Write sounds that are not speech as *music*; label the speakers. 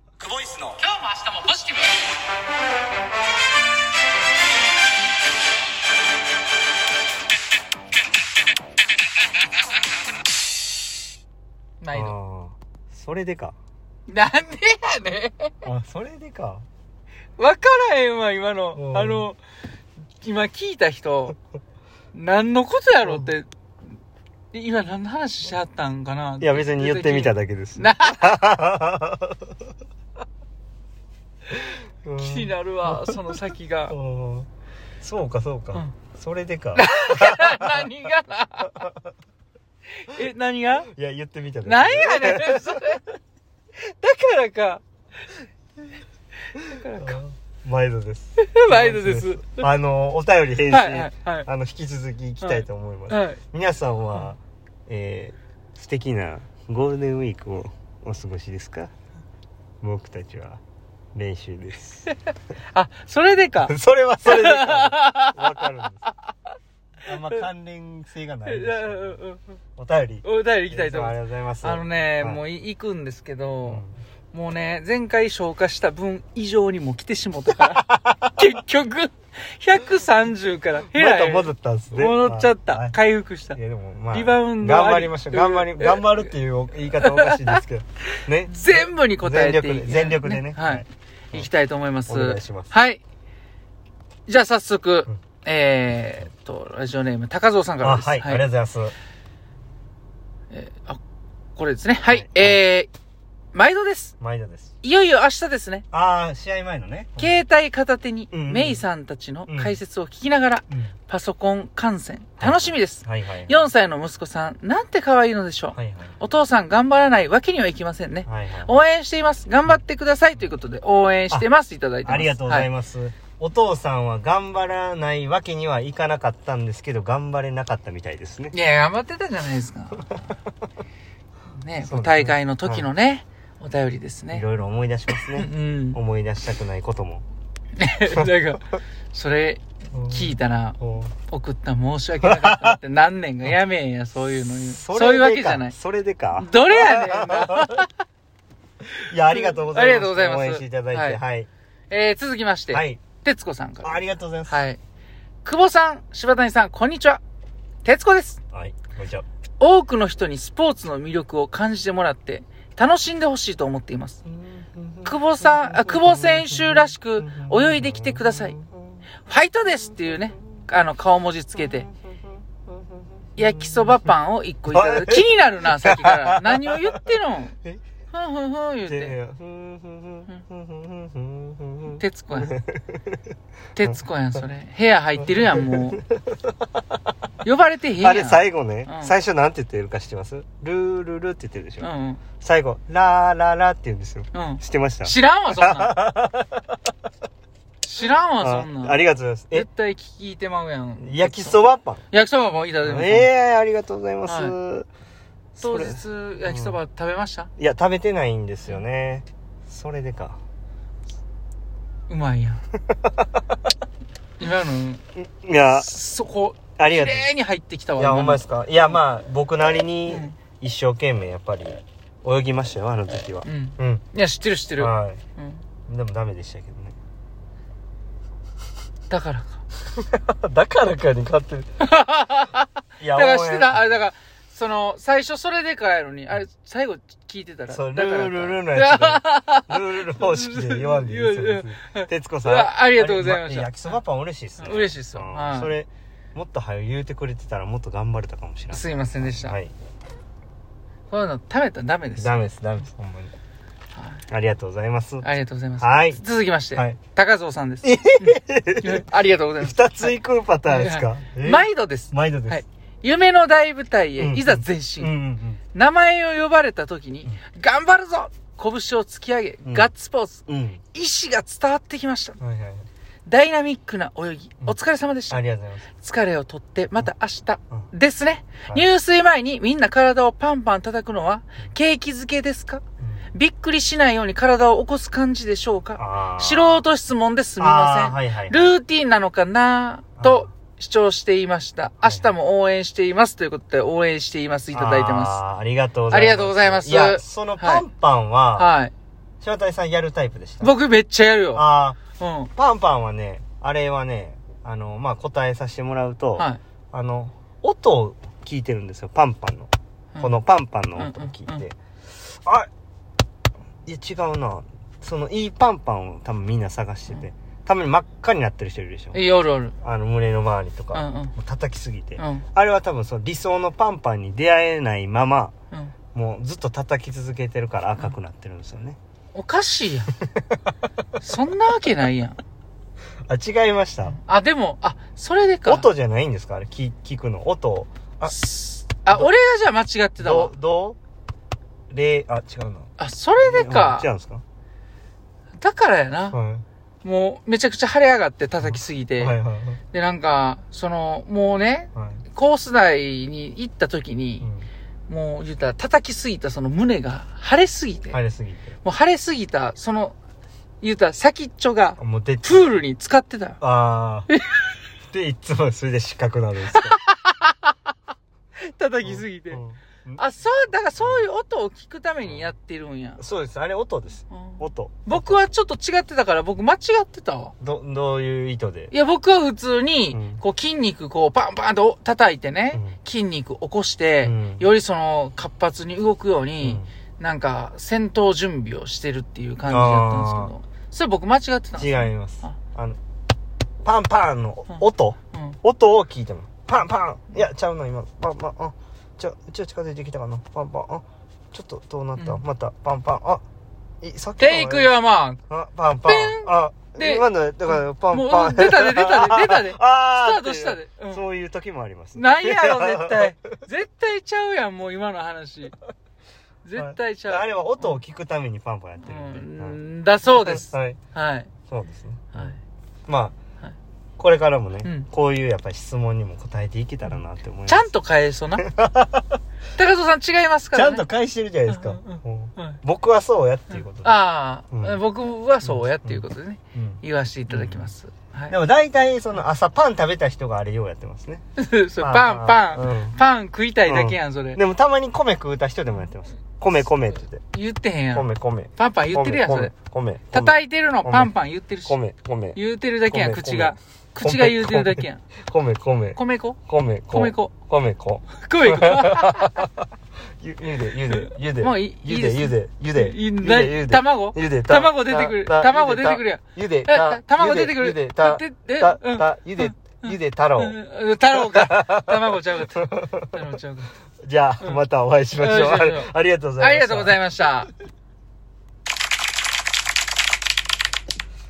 Speaker 1: の
Speaker 2: 今日も明日もポジティブないの
Speaker 3: あーそれでか
Speaker 2: なんでやね
Speaker 3: あそれでか
Speaker 2: んわからへんわ今の、
Speaker 3: うん
Speaker 2: あの今聞いた人何のことやろって、今何の話しちゃったんかない
Speaker 3: や別に言ってみただけで
Speaker 2: *laughs*
Speaker 3: す
Speaker 2: な
Speaker 3: うん
Speaker 2: 気になるわその先が
Speaker 3: *laughs* うんそうかそうか、
Speaker 2: うん
Speaker 3: それでか
Speaker 2: 何がなえ何が
Speaker 3: いや言ってみただけ
Speaker 2: 何やねんそれだからかだからか
Speaker 3: うん毎度です
Speaker 2: *laughs* 毎度です
Speaker 3: あのお便り返信、
Speaker 2: はいはいはい
Speaker 3: あの引き続きいきたいと思います、
Speaker 2: はい
Speaker 3: 皆さんは、えー素敵なゴールデンウィークをお過ごしですか僕たちは練習です
Speaker 2: あそれでか
Speaker 3: それはそれでかわかるんですあんま関連性がないですけどお便り
Speaker 2: お便り行きたいと思
Speaker 3: あ
Speaker 2: いま
Speaker 3: りがとうございます
Speaker 2: すあのね、
Speaker 3: はい
Speaker 2: もうい行くんですけ
Speaker 3: う
Speaker 2: ど
Speaker 3: ん、
Speaker 2: もうね前回消化した分以上にもう来てしもったから *laughs* 結局130から減
Speaker 3: ま
Speaker 2: らへ
Speaker 3: た
Speaker 2: ん
Speaker 3: 戻ったんですね
Speaker 2: 戻っちゃった、
Speaker 3: はい
Speaker 2: 回復した
Speaker 3: いやでもまあ
Speaker 2: リバウンドあり
Speaker 3: 頑張りましょう頑張り頑張るっていう言い方おかしいですけどね
Speaker 2: 全部に答えてい
Speaker 3: 全力で全力でね
Speaker 2: はい、
Speaker 3: はい
Speaker 2: い、きたいと思います
Speaker 3: お願いします
Speaker 2: はいじゃあ早速、
Speaker 3: うん
Speaker 2: えーっとラジオネーム高蔵さんから
Speaker 3: あ
Speaker 2: です
Speaker 3: はいありがとうございます
Speaker 2: えーあこれですねはい、
Speaker 3: はい
Speaker 2: えー、毎度です
Speaker 3: 前田です
Speaker 2: いよいよ明日ですね
Speaker 3: ああ試合前のね
Speaker 2: 携帯片手に、
Speaker 3: うんうん
Speaker 2: メイさんたちの解説を聞きながら、
Speaker 3: うん
Speaker 2: パソコン観戦、楽しみです。
Speaker 3: はいはい
Speaker 2: 4歳の息子さん、なんて可愛いのでしょう。
Speaker 3: はいはい
Speaker 2: お父さん頑張らないわけにはいきませんね。
Speaker 3: はいはい
Speaker 2: 応援しています。頑張ってください。ということで、応援してます。いただいてます。
Speaker 3: ありがとうござい
Speaker 2: ま
Speaker 3: ます、お父さんは頑張らないわけにはいかなかったんですけど頑張れなかったみたいですね
Speaker 2: す。い、や、頑張ってたじゃない
Speaker 3: *laughs*
Speaker 2: ですか。ね、
Speaker 3: そうですね
Speaker 2: お大会の時のね、お便りです
Speaker 3: い
Speaker 2: ね。
Speaker 3: ろいろ思い出します
Speaker 2: う *laughs*
Speaker 3: ね
Speaker 2: ん。
Speaker 3: 思い出したくないことも
Speaker 2: *laughs* なんか、それ聞いたら、
Speaker 3: うん
Speaker 2: 送った申し訳なかったなって何年がやめえんや、そういうの言う。
Speaker 3: それ
Speaker 2: そういうわけ
Speaker 3: で
Speaker 2: じ
Speaker 3: か
Speaker 2: ゃない。
Speaker 3: それでか
Speaker 2: どれ
Speaker 3: *laughs*
Speaker 2: やねんな。
Speaker 3: いやありがとうございます
Speaker 2: ありがとうございます
Speaker 3: 応援していただいてはい
Speaker 2: えー、続きまして、
Speaker 3: はい
Speaker 2: 徹子さんから。
Speaker 3: ありがとうございます
Speaker 2: はい。久保さん、柴谷さん、こんにちは。徹子です。
Speaker 3: はいこんにちは
Speaker 2: 多くの人にスポーツの魅力を感じてもらって、楽しんでほしいと思っています。久保さんあ久保選手らしく泳いできてくださいファイトですっていうね、あの、顔文字つけて、焼きそばパンを一個いただく。気になるな、さっき
Speaker 3: *laughs*
Speaker 2: から。何を言ってるの
Speaker 3: え
Speaker 2: ふんふんふん言うて。
Speaker 3: で
Speaker 2: 徹子やん。徹子やん、それ。部屋入ってるやん、もう。呼ばれてへんやん。
Speaker 3: あれ最後ね、
Speaker 2: うん
Speaker 3: 最初なんて言ってるか知ってますルールルって言ってるでしょ、
Speaker 2: うん
Speaker 3: 最後、ラーララって言うんですよ。
Speaker 2: うん。うん。
Speaker 3: 知ってました
Speaker 2: 知らんわ、そんなん。知らんわ、そんなん。
Speaker 3: あありがとうございま
Speaker 2: 絶対聞いてまうや
Speaker 3: す。
Speaker 2: ん。
Speaker 3: え、焼きそばパン。
Speaker 2: 焼きそばもいただきました。
Speaker 3: ええありがとうございます。
Speaker 2: 当
Speaker 3: それ
Speaker 2: 日、焼きそば食べました、
Speaker 3: いや、食べてないんですよね。それでか。
Speaker 2: うま
Speaker 3: *laughs*
Speaker 2: いやん。今の、
Speaker 3: いや、
Speaker 2: そこ、
Speaker 3: あり
Speaker 2: 綺
Speaker 3: がとう。
Speaker 2: 麗に入ってきたわ。
Speaker 3: いや、
Speaker 2: 今の
Speaker 3: ほんまですか。いや、まあ、僕なりに
Speaker 2: うん
Speaker 3: 一生懸命やっぱり泳ぎましたよ、あの時は
Speaker 2: う。ん。
Speaker 3: うん。
Speaker 2: いや、知ってる知ってる。う
Speaker 3: は
Speaker 2: ん
Speaker 3: い。でもダメでしたけどね。 *laughs*
Speaker 2: だからか。
Speaker 3: だからかに勝って *laughs* る。いや
Speaker 2: だから
Speaker 3: 応
Speaker 2: 知
Speaker 3: 援
Speaker 2: ってた、あれ、だから、その、最初それでかいのに、あれ、最後聞いてたら。
Speaker 3: そう、ル
Speaker 2: だから
Speaker 3: ー
Speaker 2: か
Speaker 3: ルルのやつで。ルール方式で言わんでいいです
Speaker 2: いやいや
Speaker 3: 別に。徹子さ。
Speaker 2: うんわありがとうございました
Speaker 3: れ焼きそばパン嬉しいっすね。
Speaker 2: 嬉しいっすよ
Speaker 3: うん
Speaker 2: はい
Speaker 3: それ、もっと早く言うてくれてたらもっと頑張れたかもしれない。
Speaker 2: すいませんでした。
Speaker 3: はい。
Speaker 2: こういうの食べたらダメです。
Speaker 3: ダメです、ダメです、ほんまに。ありがとうございます。
Speaker 2: ありがとうございます。
Speaker 3: はい
Speaker 2: 続きまして、
Speaker 3: はい
Speaker 2: 高蔵さんです。うんありがとうございます。
Speaker 3: 二つ行くパターンですかえ
Speaker 2: 毎度です。
Speaker 3: 毎度で
Speaker 2: はい
Speaker 3: す。。
Speaker 2: 夢の大舞台
Speaker 3: う
Speaker 2: へ、
Speaker 3: ん
Speaker 2: いざ前
Speaker 3: うんうん
Speaker 2: 進。
Speaker 3: うん。
Speaker 2: 名前を呼ばれた時に、頑張るぞ拳を突き上げ、
Speaker 3: うん
Speaker 2: ガッツポーズ。
Speaker 3: うん。
Speaker 2: 意志が伝わってきました。
Speaker 3: はいはいはい。
Speaker 2: ダイナミックな泳ぎ、
Speaker 3: うん
Speaker 2: お疲れ様でした
Speaker 3: あ。りがとうございます。
Speaker 2: 疲れを取って、また明日
Speaker 3: う
Speaker 2: ですね。
Speaker 3: はい
Speaker 2: 入水前にみんな体をパンパン叩くのは、景気づけですかびっくりしないように体を起こす感じでしょうか
Speaker 3: あー
Speaker 2: 素人質問ですみませ
Speaker 3: あー
Speaker 2: ん。
Speaker 3: はいはい。
Speaker 2: ルーティンなのかなと主張していました。明
Speaker 3: い
Speaker 2: 日も応援していますということで応援していますいただいてます。
Speaker 3: あーありがとうござ
Speaker 2: あ
Speaker 3: います。
Speaker 2: りがとうございます
Speaker 3: いや、そのパンパンは、
Speaker 2: はい。
Speaker 3: 正体さんやるタイプでした
Speaker 2: 僕めっちゃやるよ。
Speaker 3: ああ
Speaker 2: うん。
Speaker 3: パンパンはねあれはねあのまあ答えさせてもらうと、
Speaker 2: はい。
Speaker 3: あの音を聞いてるんですよパンパンのこのパンパンの音を聞い
Speaker 2: う
Speaker 3: て、
Speaker 2: んうんう
Speaker 3: あいや違うなそのいいパンパンを多分みんな探してて、
Speaker 2: うん
Speaker 3: たまに真っ赤になってる人いるでしょ
Speaker 2: うん。いいおるおる。
Speaker 3: あの胸の周りと
Speaker 2: うん
Speaker 3: か、
Speaker 2: うん。
Speaker 3: もう叩きすぎて、
Speaker 2: うん。
Speaker 3: あれは多分その理想のパンパンに出会えないまま
Speaker 2: うん。
Speaker 3: もうずっと叩き続けてるから赤くなってるんですよね、
Speaker 2: おかしいやん。そんなわけないやん。
Speaker 3: あ違いました、
Speaker 2: あ、でも、あ、それでか。
Speaker 3: 音じゃないんですかあれ聞聞くの音をあ
Speaker 2: すあ、俺がじゃあ間違ってたわ
Speaker 3: ど。どうれあ違うな
Speaker 2: あ、それでか
Speaker 3: うん違。うんですか
Speaker 2: だからやな。
Speaker 3: は
Speaker 2: もう、めちゃくちゃ腫れ上がって叩きすぎ
Speaker 3: い
Speaker 2: て。
Speaker 3: はいはいはい
Speaker 2: で、なんか、その、もうね、
Speaker 3: はい
Speaker 2: コース内に行った時
Speaker 3: う
Speaker 2: に、
Speaker 3: ん
Speaker 2: もう言ったら叩きすぎたその胸が腫れすぎて、
Speaker 3: 晴れすぎて
Speaker 2: もう腫れすぎた、その、言ったら先っちょが、
Speaker 3: もう出て
Speaker 2: プールに使ってたよ。
Speaker 3: あ
Speaker 2: *laughs*
Speaker 3: あでいつもそれで四角なるんですか
Speaker 2: 叩きすぎて
Speaker 3: う。んうん
Speaker 2: あ、そう、だからそういう音を聞くためにやってるんや。
Speaker 3: そうですあれ音です
Speaker 2: うん
Speaker 3: 音
Speaker 2: 僕はちょっと違ってたから、僕間違ってたわ。
Speaker 3: どどういう意図で
Speaker 2: いや、僕は普通に
Speaker 3: うん、
Speaker 2: こう筋肉こうパンパンと叩いてね、
Speaker 3: う
Speaker 2: 筋肉起こして
Speaker 3: うん、
Speaker 2: よりその活発に動くようんに、なんか戦闘準備をしてるっていう感じだったんですけど、それ僕間違ってたんですよ
Speaker 3: 違います
Speaker 2: あ
Speaker 3: あのパンパンの
Speaker 2: うん
Speaker 3: 音
Speaker 2: うん
Speaker 3: 音を聞いてもパンパンいやちゃうな今パンパンあちょちょ近づいてきたかなパンパンあちょっとどうなった
Speaker 2: うん
Speaker 3: またパンパンあいさっきのあれ
Speaker 2: テイクヨマン
Speaker 3: あパンパンあ
Speaker 2: で
Speaker 3: 今のだからパン
Speaker 2: も
Speaker 3: パ
Speaker 2: う
Speaker 3: ン
Speaker 2: 出たで出たで出たで
Speaker 3: *laughs* あ
Speaker 2: スタ
Speaker 3: ー
Speaker 2: ートしたで。うん
Speaker 3: そういう時もあります。
Speaker 2: なんやろ、絶対。絶対ちゃうやん、もう今の話。絶対ち
Speaker 3: あ
Speaker 2: ゃう。
Speaker 3: れは音を聞くためにパンパンやって
Speaker 2: う
Speaker 3: るんで。はい
Speaker 2: ん、だそうです。はい。
Speaker 3: は
Speaker 2: は
Speaker 3: い。
Speaker 2: い。
Speaker 3: そうですね。まあ、
Speaker 2: はい
Speaker 3: これからもね、
Speaker 2: うん
Speaker 3: こういうやっぱり質問にも答えていけたらなって思います。
Speaker 2: ちゃんと返えそう
Speaker 3: *laughs*
Speaker 2: な。高藤さん違いますか
Speaker 3: ちゃ
Speaker 2: ら
Speaker 3: ん
Speaker 2: ね。
Speaker 3: と返してるじゃないですか。
Speaker 2: うんうんうん
Speaker 3: もう
Speaker 2: はい
Speaker 3: 僕はそうやっていうことで。
Speaker 2: ああ、
Speaker 3: うん
Speaker 2: 僕はそうやっていうことでね、
Speaker 3: うん
Speaker 2: 言わせていただきます。はい
Speaker 3: で。も大体その朝パン食べた人があれようやってますね。
Speaker 2: *laughs* それパン、パン、
Speaker 3: ン。
Speaker 2: パン食いたいだけやん、それ
Speaker 3: うん。でもたまに米食うた人でもやってます。米米って言って。
Speaker 2: 言ってへんやん。
Speaker 3: 米米。
Speaker 2: パンパン言ってるやん、それ
Speaker 3: 米。。米。米
Speaker 2: 叩いてるの
Speaker 3: 米
Speaker 2: パンパン言ってるし。
Speaker 3: 米米。
Speaker 2: 言うてるだけやん、
Speaker 3: 米
Speaker 2: 口が。口が言うてるだけやん。
Speaker 3: 米米。
Speaker 2: 米粉
Speaker 3: 米
Speaker 2: 米粉。
Speaker 3: 米粉。
Speaker 2: 米粉。
Speaker 3: ゆ、ゆで、ゆで、ゆで。
Speaker 2: もういい
Speaker 3: ゆ
Speaker 2: いい
Speaker 3: で、
Speaker 2: です
Speaker 3: ゆで、ゆで。
Speaker 2: い
Speaker 3: ゆで、ゆ
Speaker 2: 何
Speaker 3: で。
Speaker 2: 卵
Speaker 3: ゆで、
Speaker 2: 卵出てくる
Speaker 3: たた
Speaker 2: 卵出てくるやん
Speaker 3: ゆで、
Speaker 2: えた卵出てくる
Speaker 3: ゆで、た、
Speaker 2: でで
Speaker 3: た、
Speaker 2: うん
Speaker 3: た、ゆで、ゆで太
Speaker 2: *laughs*
Speaker 3: 郎。
Speaker 2: うん太郎か。卵ちゃうかった。太郎ちゃうかっ
Speaker 3: じゃあ、またお会いしましょう。
Speaker 2: お会いしましょう
Speaker 3: ありがとうご
Speaker 2: た。
Speaker 3: ざ
Speaker 2: あ
Speaker 3: い
Speaker 2: りが
Speaker 3: ました
Speaker 2: とうございました。